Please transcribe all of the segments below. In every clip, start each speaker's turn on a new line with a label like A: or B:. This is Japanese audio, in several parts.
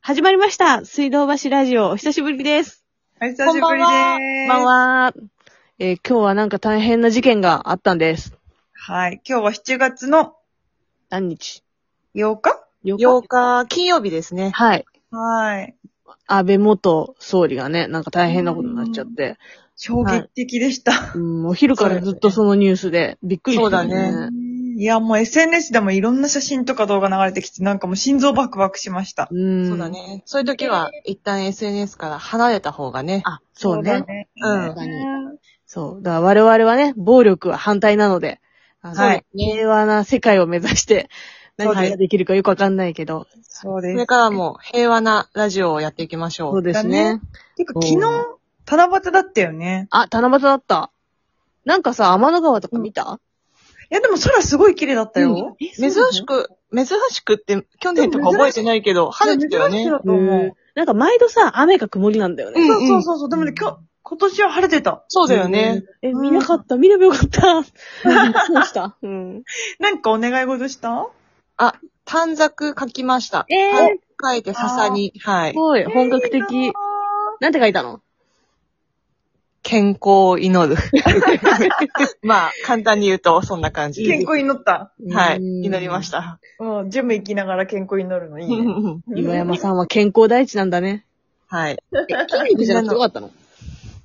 A: 始まりました水道橋ラジオ、お久しぶりです。
B: お久しぶりで
A: こんばんはこ
B: ー
A: ん
B: す。
A: ばんは。えー今日はなんか大変な事件があったんです。
B: はい。今日は7月の
A: 何日
B: 8日
A: ?8
C: 8日、金曜日ですね。
A: はい。
B: はい。
A: 安倍元総理がね、なんか大変なことになっちゃって。
B: 衝撃的でした。
A: うん、お昼からずっとそのニュースで、びっくりした、
C: そうだ
B: いや、もう SNS でもいろんな写真とか動画流れてきて、なんかもう心臓バクバクしました。
A: うん。
C: そうだ。ね。そういう時は、一旦 SNS から離れた方がね。
A: あ、そうね。
B: そうだ
C: うん
A: 確か
B: ね。
A: にそう。だから我々はね、暴力は反対なので、あの
B: はい
A: 平和な世界を目指して、何
B: そうで
A: が
B: す
A: できるかよくわかんないけど。
B: そう
C: そ
B: で
C: れ
B: す。
C: からもう平和なラジオをやっていきましょ
A: そうう。です
B: だ
A: ね
B: ね。てか、昨日、七夕だったよね。
A: あ、七夕だった。なんかさ、天の川とか見た、
B: いや、でも空すごい綺麗だったよ。
A: えそう
C: 珍
A: なの
C: しく、珍しくって、去年とか覚えてないけど、晴れてたよ
B: 珍しい
C: ね。
B: だと思う。
A: なんか毎度さ、雨か曇りなんだよね。
C: うん
B: そうそうそうそう。でもね、今日、今年は晴れてた。
C: そうだよね。
A: え、
B: うん
A: 見なかった。見ればよかった。そう した。うん。
B: なんかお願い事した
C: 短冊書きました。
A: えー
C: はい書いて笹に、はい
A: す。ごい、本格的。
B: いいな
A: なんて書いたの
C: 健康を祈る。まあ、簡単に言うと、そんな感じ
B: ぁ健康祈った。
C: は
A: う
C: い。
A: ん
C: 祈りました。
B: うん、ジム行きながら健康祈るのいいね。
A: 岩山さんは健康第一なんだね。
C: はい。
A: え、筋肉じゃなくてよかったのやっ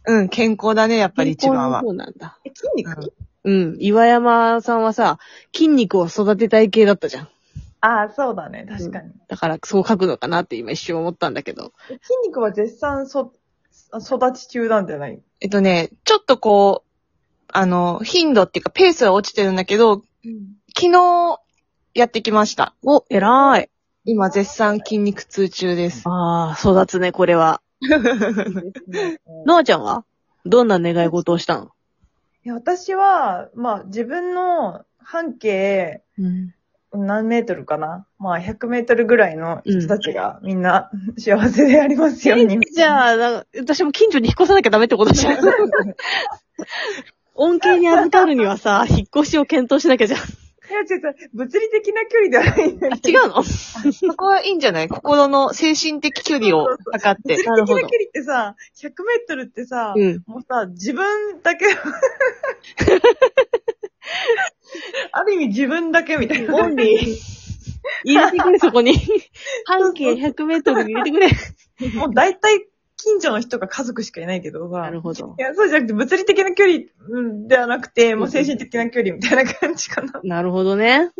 C: うん、健康だね、やっぱり一番は。
A: そうなんだ。
B: え筋肉、
C: うん
A: うん。岩山さんはさ、筋肉を育てたい系だったじゃん。
B: ああ、そうだね。確かに。
A: だから、そう書くのかなって今一瞬思ったんだけど。
B: 筋肉は絶賛そ、育ち中なんじゃない
C: えっとね、ちょっとこう、あの、頻度っていうかペースは落ちてるんだけど、昨日やってきました。
A: お、偉い。
C: 今絶賛筋肉痛中です。
A: ああ、育つね、これは。なあちゃんはどんな願い事をしたの
B: いや私は、まあ自分の半径
A: うん。
B: 何メートルかなまあ100メートルぐらいの人たちがみんな 幸せでありますように。
A: じ
B: あ、
A: ゃあ、なんか私も近所に引っ越さなきゃダメってこと じゃん。恩恵に預かるにはさ、引っ越しを検討しなきゃじゃん。
B: いや、ちょっと物理的な距離ではないんだ
A: あ、
B: け
A: 違
B: ど。
A: うの
C: そこはいいんじゃない心の精神的距離を測 って。
A: なるほ
B: 物理的
A: ど
B: な距。離ってさ、100メートルってさ、
A: うん。
B: もうさ、自分 だけ、ある意味自分だけみたいな。
A: オンリー。入れてくれ、そこに。半径100メートルに入れてくれ。
B: もう大体近所の人が家族しかいないけどさ。
A: なるほど
B: い。や、そうじゃなくて、物理的な距離うんではなくて、もう精神的な距離みたいな感じ かな。
A: なるほどね。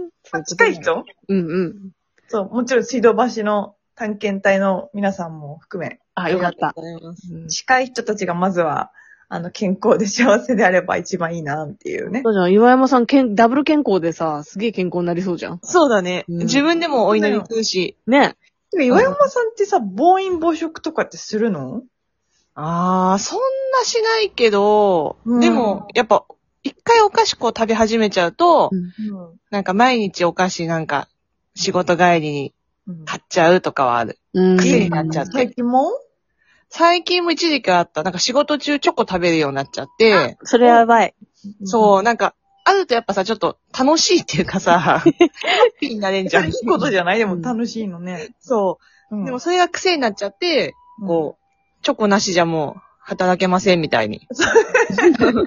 B: 近い人
A: うんうん。
B: そう、もちろん水道橋の探検隊の皆さんも含め、
A: あ、よかった。
C: ありがとうございます
A: うん
B: 近い人たちがまずは、あの、健康で幸せであれば一番いいなっていうね
A: そ。うじゃん。岩山さん、けんダブル健康でさ、すげえ健康になりそうじゃん。
C: そうだね。
A: うん
C: 自分でもお祈りするし。
A: ね
B: でも岩山さんってさ、暴飲暴食とかってするの
C: あー、そんなしないけど、
B: うん
C: でも、やっぱ、一回お菓子こう食べ始めちゃうと、
A: うん
B: う
C: なんか毎日お菓子なんか、仕事帰りに
B: ん。
C: 買っちゃうとかはある。
A: うん。
C: 癖になっちゃって
B: 最近も
C: 最近も一時期あった。なんか仕事中チョコ食べるようになっちゃって、
A: それはやばい。
C: そう、なんか、あるとやっぱさ、ちょっと楽しいっていう かさ、ハッピーになれんじ
B: じゃ
C: ゃ
B: あい
C: ん
B: い。ことじゃないで
A: う
B: も
A: ん
B: 楽しいのね。
C: そ
B: うん
C: う。でもそれが癖になっちゃって、こう、チョコなしじゃもう、働けませんみたいに。
B: う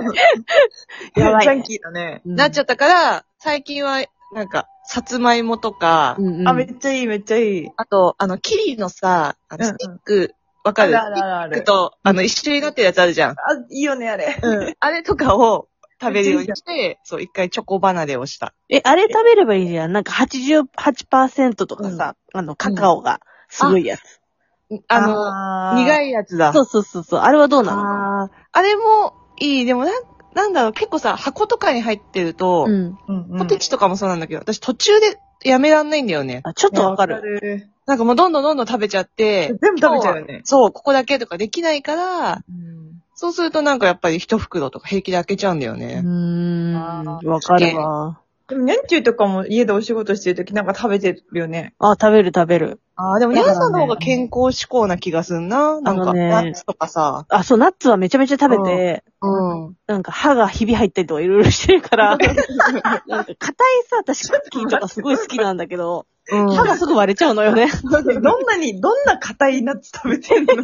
B: ん、
A: やばいね
B: ジャンキーだね。
C: なっちゃったから、最近は、なんか、さつまいもとか、
A: うんうん。
B: あ、めっちゃいい、めっちゃいい。
C: あと、あの、キリのさ、あの
B: うんう
C: ス
B: ん
C: ティック、わかる
B: あるあるあ
C: スティッ
B: る
C: ク。と、あの、一緒になってるやつあるじゃん。
B: あ、いいよね、あれ。
C: うん。 あれとかを食べるようにして、そう、一回チョコ離れをした。
A: え、あれ食べればいいじゃん。なんか88%とかさ、あの、カカオがすごいやつ。
C: あの、苦
B: い。
C: いやつだ。。
A: そううそうそうそう。あれはどうな
C: あーあれもいい。でもなん、なんだろう、結構さ、箱とかに入ってる
A: のう
C: と、
A: ん。
B: うんうん
C: ポテチとかもそうなんだけど、私途中でやめらんないんだよね。
A: あ、ちょっとわかる。
B: る。
C: なんかもうどんどんどんどん食べちゃって、
B: 全部食べちゃうよね。
C: そう、ここだけとかできないから、
B: うん
C: そうするとなんかやっぱり一袋とか平気で開けちゃうんだよ
A: う
C: ね。
A: ーん。
B: あ
A: わかるわ。
B: でも、にゃんちゅうとかも家でお仕事してるときなんか食べてるよね。
A: あ、食べる食べる。
C: ああ、でも
B: だ
C: ニャ
B: から
C: ン
B: ね
C: さんの方が健康志向な気がすんな。なん
A: あの
C: か、
A: ね
C: ナッツとかさ。
A: あ、そう、ナッツはめちゃめちゃ食べて、
C: うん。
A: なんか歯がひび入った りとかいろいろしてるから、なんか硬いさ、私クッキーとかすごい好きなんだけど、
C: うん
A: 歯がすぐ割れちゃうのよね。
B: どんなに、どんな硬いナッツ食べてんの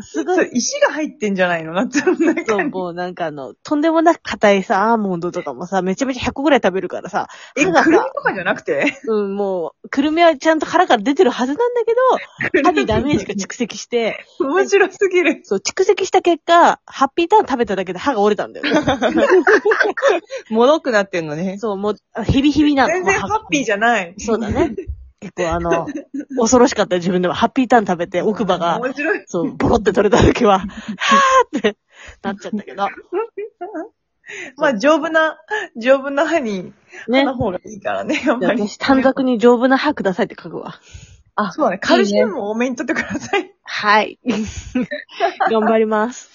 A: すご
B: そ
A: い。
B: れ石が入ってんじゃないのナッツの
A: そ
B: 中
A: う、
B: に。
A: もうなんかあの、とんでもなく硬いさ、アーモンドとかもさ、めちゃめちゃ100個ぐらい食べるからさ、
B: え、
A: 歯が
B: くるみ
A: さ、
B: とかじゃなくて
A: うん、もう、くるみはちゃんと腹から出てるはずなんだけど、歯にダメージが蓄積して、
B: 面白すぎる。
A: そう、蓄積した結果、ハッピーターン食べただけで歯が折れたんだよね。
C: もろくなってんのね。
A: そう、もう、あヒビヒビなの。
B: 全然ハッピーじゃない。
A: そうだ ね。結構あの、恐ろしかった自分でも、ハッピーターン食べて奥歯が、
B: 面白い。
A: そう、ボロって取れた時は、はーってなっちゃったけ ど。
B: まあ、丈夫な、丈夫な歯に、歯
A: ね
B: の。方がいいからね、やっぱり。
A: 私、短冊に丈夫な歯くださいって書くわ。
C: あ、
B: そうだね。カルシウムを多めにとってください。
A: はい。 頑張ります。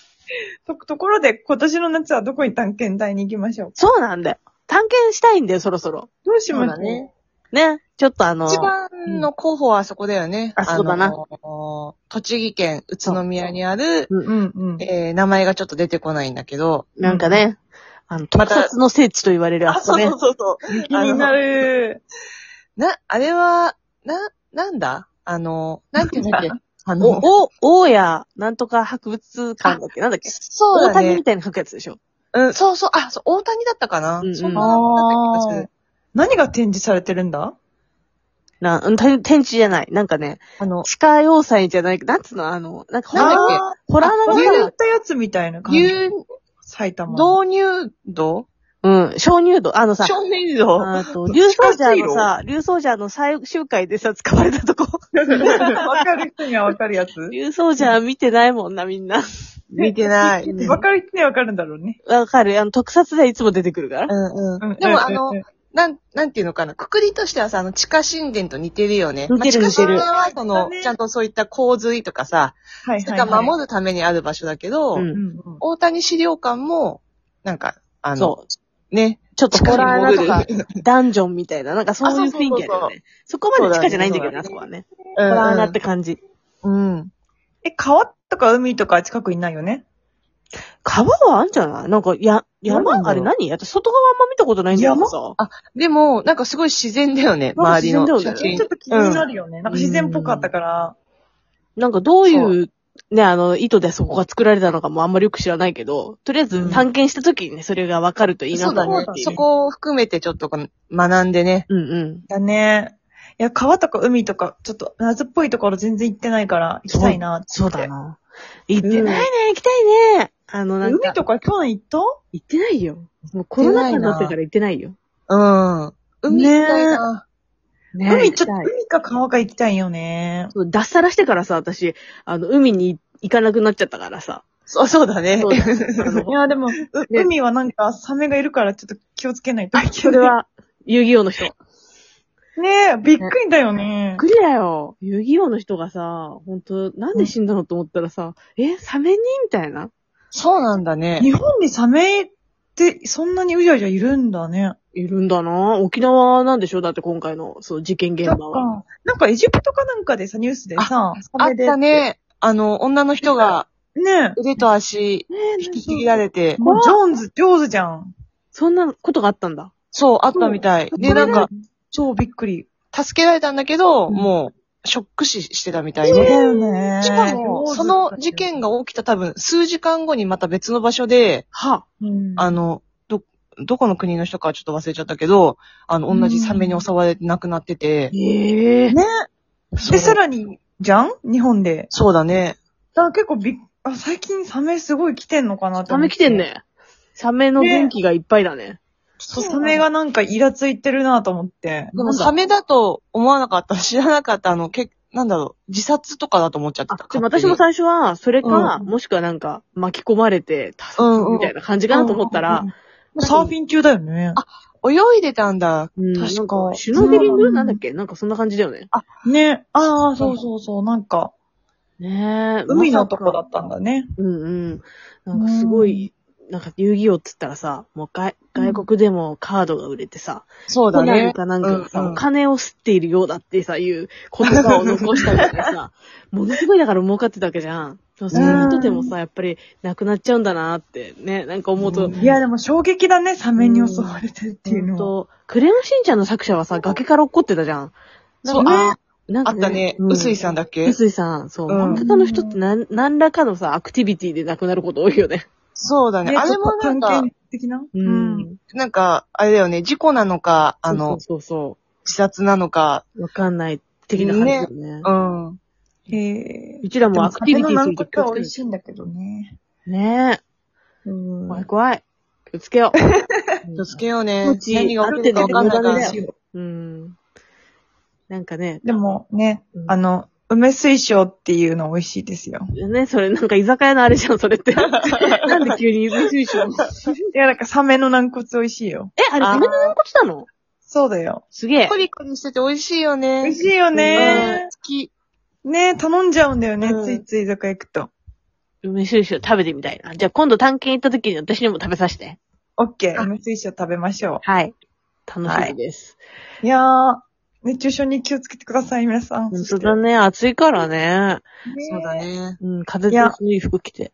B: と、ところで、今年の夏はどこに探検隊に行きましょう
A: そうなんだよ。探検したいんだよ、そろそろ。
B: どうしましょう
C: そうだね
A: ね。ちょっとあの、
C: 一番の候補はあそこだよね。
A: うんあそこだな
C: のー栃木県宇都宮にある、
B: うんうん。
C: えー、名前がちょっと出てこないんだけど。
A: なんかね、あの、
C: ま
A: 特
C: た
A: 撮の聖地と言われるあそこね。
B: そうそう。気になる。
C: な、あれは、な、なんだあの、なんていうんだっけあの、
A: お、お、大谷、なんとか博物館だっけなんだっけ
C: そう
A: 大
C: だ
A: 谷
C: ね
A: み。たいに書くやつでしょ
C: うん、そうそう、あ、そう、大谷だったかな、
A: うんうん
C: そんなだった気がする。
B: 何が展示されてるんだ
A: な、うん、天天地じゃない。なんかね、
C: あの、
A: 地下要塞じゃない、なんつうのあの、なんかほ
C: なん
A: ら、
C: だっけ
A: ほらな
B: あ
A: が
B: ー言
A: ら
B: っ、たやつみたいな感じ。
C: 牛、
B: 埼玉の。
C: 導入度
A: うん、鍾乳洞、あのさ、
C: 少年度
A: あと、竜奏者のさ、竜奏者の最終回でさ、使われたとこ。
B: わかる人にはわかるやつ。
A: 竜奏者見てないもんな、みんな。
C: 見てない。うん
B: わかる人にはわかるんだろうね。
A: わかるあの、特撮ではいつも出てくるから。
C: う
B: うん
C: ん。でも、あ
B: う
C: の
B: んうん、
C: なん、なんていうのかな。くくりとしてはさ、あの、地下神殿と似てるよね。
A: 似てる
C: まあ地下神殿は、そ
B: だ
C: の、
B: ね
C: ちゃんとそういった洪水とかさ、
B: はい
C: そ
B: は
C: れ
B: い
C: か
B: は
C: ら
B: い。
C: 守るためにある場所だけど、
A: うん
B: うんうん
C: 大谷資料館も、なんか、あの、
A: そう。
C: ね、
A: ちょっと
C: 地
A: ホ
C: 下
A: ラー
C: に
A: な
C: 潜
A: とか、
C: る。
A: ダンジョンみたいな、なんかそういう
C: あそうそう
A: 雰囲気あるよね。そこまで地下じゃないんだけどな、そこはね。
C: う
A: ホ
C: んうん
A: ラーなって感じ。
C: うん。
B: え、川とか海とか近くにないよね
A: 川はあんじゃないなんか、や、
C: なん
A: 山
C: だろう
A: あれ何私外側あんま見たことないんだけどさ。
C: でも、なんかすごい自然だよ
A: な
C: ね、
A: んか
C: 周りの
A: 自然
C: 写
A: だよね
B: ち
C: 真
B: ょっ。と気になるよね。なんか自然っぽかったから。
A: なんかどういう、ね、あの、意図でそこが作られたのかもあんまりよく知らないけど、とりあえ
B: う
A: ず
B: ん
A: 探検した時にね、それがわかるといいな
C: そう
A: と
C: だ
A: 思う
C: ね
A: ってい。う。
C: そこを含めてちょっとこの学んでね。
A: うんうん。
B: だね。いや、川とか海とか、ちょっと夏っぽいところ全然行ってないから、行きたいなって。
A: そうだな。行ってないね、行きたいね。あの、なん
B: 海
A: か、
B: とか去年行った
A: 行ってないよ。もうコロナ禍になってから行ってないよ。
C: うん。海行きたいな。
A: ね
B: 海
A: 海
B: ち
A: ち
B: ょ
A: ょ
B: っ
A: っ
B: と、海か川か行きたいよね。
A: と、脱サラしてからさ、私、あの、海に行かなくなっちゃったからさ。
C: そう、そうだね。
A: そうだねあの
B: いや、でも、う海はなんかサメがいるからちょっと気をつけないといけない。
A: それ。は、遊戯王の人。
B: ねえ、びっくりだよね。
A: びっくりだよ。遊戯王の人がさ、本当なんで死んだのと思ったらさ、え、サメにみたいな。
C: そうなんだね。
B: 日本にサメってそんなにうじゃうじゃいるんだね。
A: いるんだな沖縄なんでしょだって今回の、そう、事件現
B: そっ
A: 場は。
B: か。なんかエジプトかなんかでさ、ニュースでさ、
C: あ
B: サ
C: っ
B: メで。
C: た。ね。あの、女の人が
B: ね
C: 腕と足
A: ねえ
C: 引きちぎられて
B: え。、もうジョーンズ、ジョーズじゃん。
A: そんなことがあったんだ。
C: そう、あったみたい。で、
B: それ
C: なんか、、
B: 超びっくり。
C: 助けられたんだけど、
B: うん
C: もう、ショック死してたみた
B: そ
C: いう
B: だ
C: で。
B: よね。
C: しかも、その事件
B: が、
C: が起きた多分、数時間後にまた別の場所で、
A: は
B: うん
C: あの、ど、どこの国の人かちょっと忘れちゃったけど、あの、同じサメに襲われて亡くなってて。
A: ええ
B: ね。
C: そう
B: で、さらに、じゃん日本で。
C: そうだね。
B: だから結構びっ、あ、最近サメすごい来てんのかなって
A: サ
B: 思っ
A: メ
B: て
A: 来てん。ね。サメの元気がいっぱいだね。
B: そうサメがなんかイラついてるなと思って。
C: で
A: な
C: も
A: んだ
C: サメだと思わなかった、知らなかった、あの、け、なんだろう、自殺とかだと思っちゃって
A: あ
C: た。、
A: でも私も
C: 勝
A: 最初は、それか、
B: うん
A: もしくはなんか、巻き込まれて、助け
C: うんうん
A: みたいな感じかなと思ったら、
B: もうサーフィン中だよね。
C: 手に泳いでたんだ。
A: うん
C: 確か
A: なんシュノーケリングなんだっけなんかそんな感じだよね。
B: ね。ああ、そうそうそう。なんか、
A: ねえ。
B: 海のとこだ
A: まさか
B: ったんだね。
A: うんうん。なんかすごい、なんか遊戯王っつったらさ、もう外外国でもカードが売れてさ、
C: そうだ
A: コナン
C: ね。
A: かなんかがさ、
C: うんうん
A: お金を吸っている ようだってさ、いう言葉を残したりとかさ、ものすごいだから儲かってたわけじゃん。でもそういう人でもさ、やっぱり亡くなっちゃうんだなってね、なんか思うと、
B: いや、でも衝撃だね、サメに襲われてるってい
A: ほ
B: う
A: ん
B: のは。
A: と、クレヨンしんちゃんの作者はさ、崖から落っこってたじゃん。
C: そう、
A: なん
C: あ
A: か、なん
C: あ
A: か
C: ったね。
A: う
C: 薄井さんだっけ
A: 薄井さん、そう。
C: うん
A: 漫画家の人って何何らかのさ、アクティビティで亡くなること多いよね。
C: そうだね。
B: ね
C: あれもなんか
B: 探、検的なう。
C: なんか、あれだよね、事故なのか、あの、
A: そうそ
C: 自殺なのか、
A: うそう。わかんない的な話だよね。
C: うん。
B: へえ。
A: うちら
B: で
A: も
B: も
A: アクティビティ
B: サ
A: す
B: メの
A: ると
B: 軟
A: 気をつけ
B: 骨は美
A: て
B: 味しいんだけどね。
A: ねえ。
B: うん
A: 怖い怖い。気をつけよう。
C: 気をつけようね。
A: 命
C: 何が起こるかわかんないか
A: ある
C: ら
A: 程。度 うん。なんかね、
B: でもね
A: う、ん
B: あの、梅水晶っていうの美味しいですよ。
A: ね、それなんか居酒屋のあれじゃん、それ って。なんで急に水水晶
B: いや、なんかサメの軟骨美味しいよ。
A: え、あれ、サメの軟骨なの
B: そうだよ。
A: すげえ
C: コ。リコリしてて美味しいよね。
B: 美味しいよ
C: うん
B: ね
C: 好。き。
B: ね頼んじゃうんだよね、
A: うん
B: ついつい居酒屋行くと。
A: 梅水晶食べてみたいな。じゃあ今度探検行った時に私にも食べさせて。
B: オッケー、
A: あ
B: 梅水晶食べましょ
A: はい。楽しみです。
B: う。いやー、熱中症に気をつけてください、皆さん。
A: 本当だね。暑いからね。
C: そうだ ね。
A: うん、風通しのいい服着て。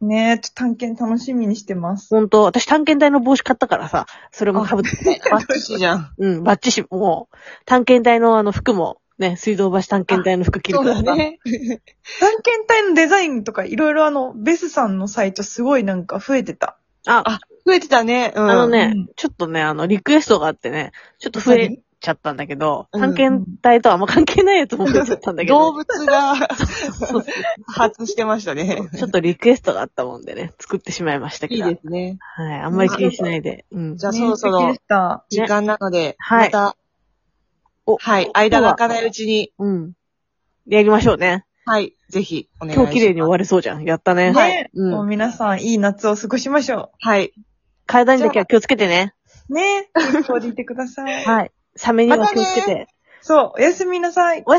B: ねちょっと探検楽しみにしてます。
A: 本当私探検隊の帽子買ったからさ、それも被ってみ たいな。
C: バッチシじゃん。
A: うん、バッチシ、もう、探検隊のあの服も、ね、水道橋探検隊の服着る
C: そう
A: から
C: だ
A: さ。
C: ね。
B: 探検隊のデザインとか、いろいろあの、ベスさんのサイトすごいなんか増えてた。
A: あ、
C: あ 増えてたね。うん。
A: あのね、
B: うん
A: ちょっとね、あの、リクエストがあってね、ちょっと増えちゃったんだけど、
C: うん
A: 探検隊とはあんま関係ないやつも増えちゃったんだけ
C: 動
A: ど、
C: 物が発してましたね。
A: ちょっとリクエストがあったもんでね、作ってしまいましたけ
C: いい
A: ど。
C: ですね。
A: はい、あんまり気にしないで。うん。
C: じゃあそろそ
B: ね素敵
C: ろ
B: でした。
C: 時間なので、
A: はい
C: また、
A: お
C: はい、間が開かないうちに、
A: うん。やりましょうね。
C: はい、ぜひお願いし
A: 今
C: ます。
A: 日綺麗に終われそうじゃん。やったね。
B: ね、
A: うん
B: もう皆さん、いい夏を過ごしましょ
C: はい。
A: 体にだけは気をつけてね。
B: う。ね健康でいてください。
A: はい。サメには気をつけ
C: また
A: て。
B: そう、おやすみなさい。
A: おやすみ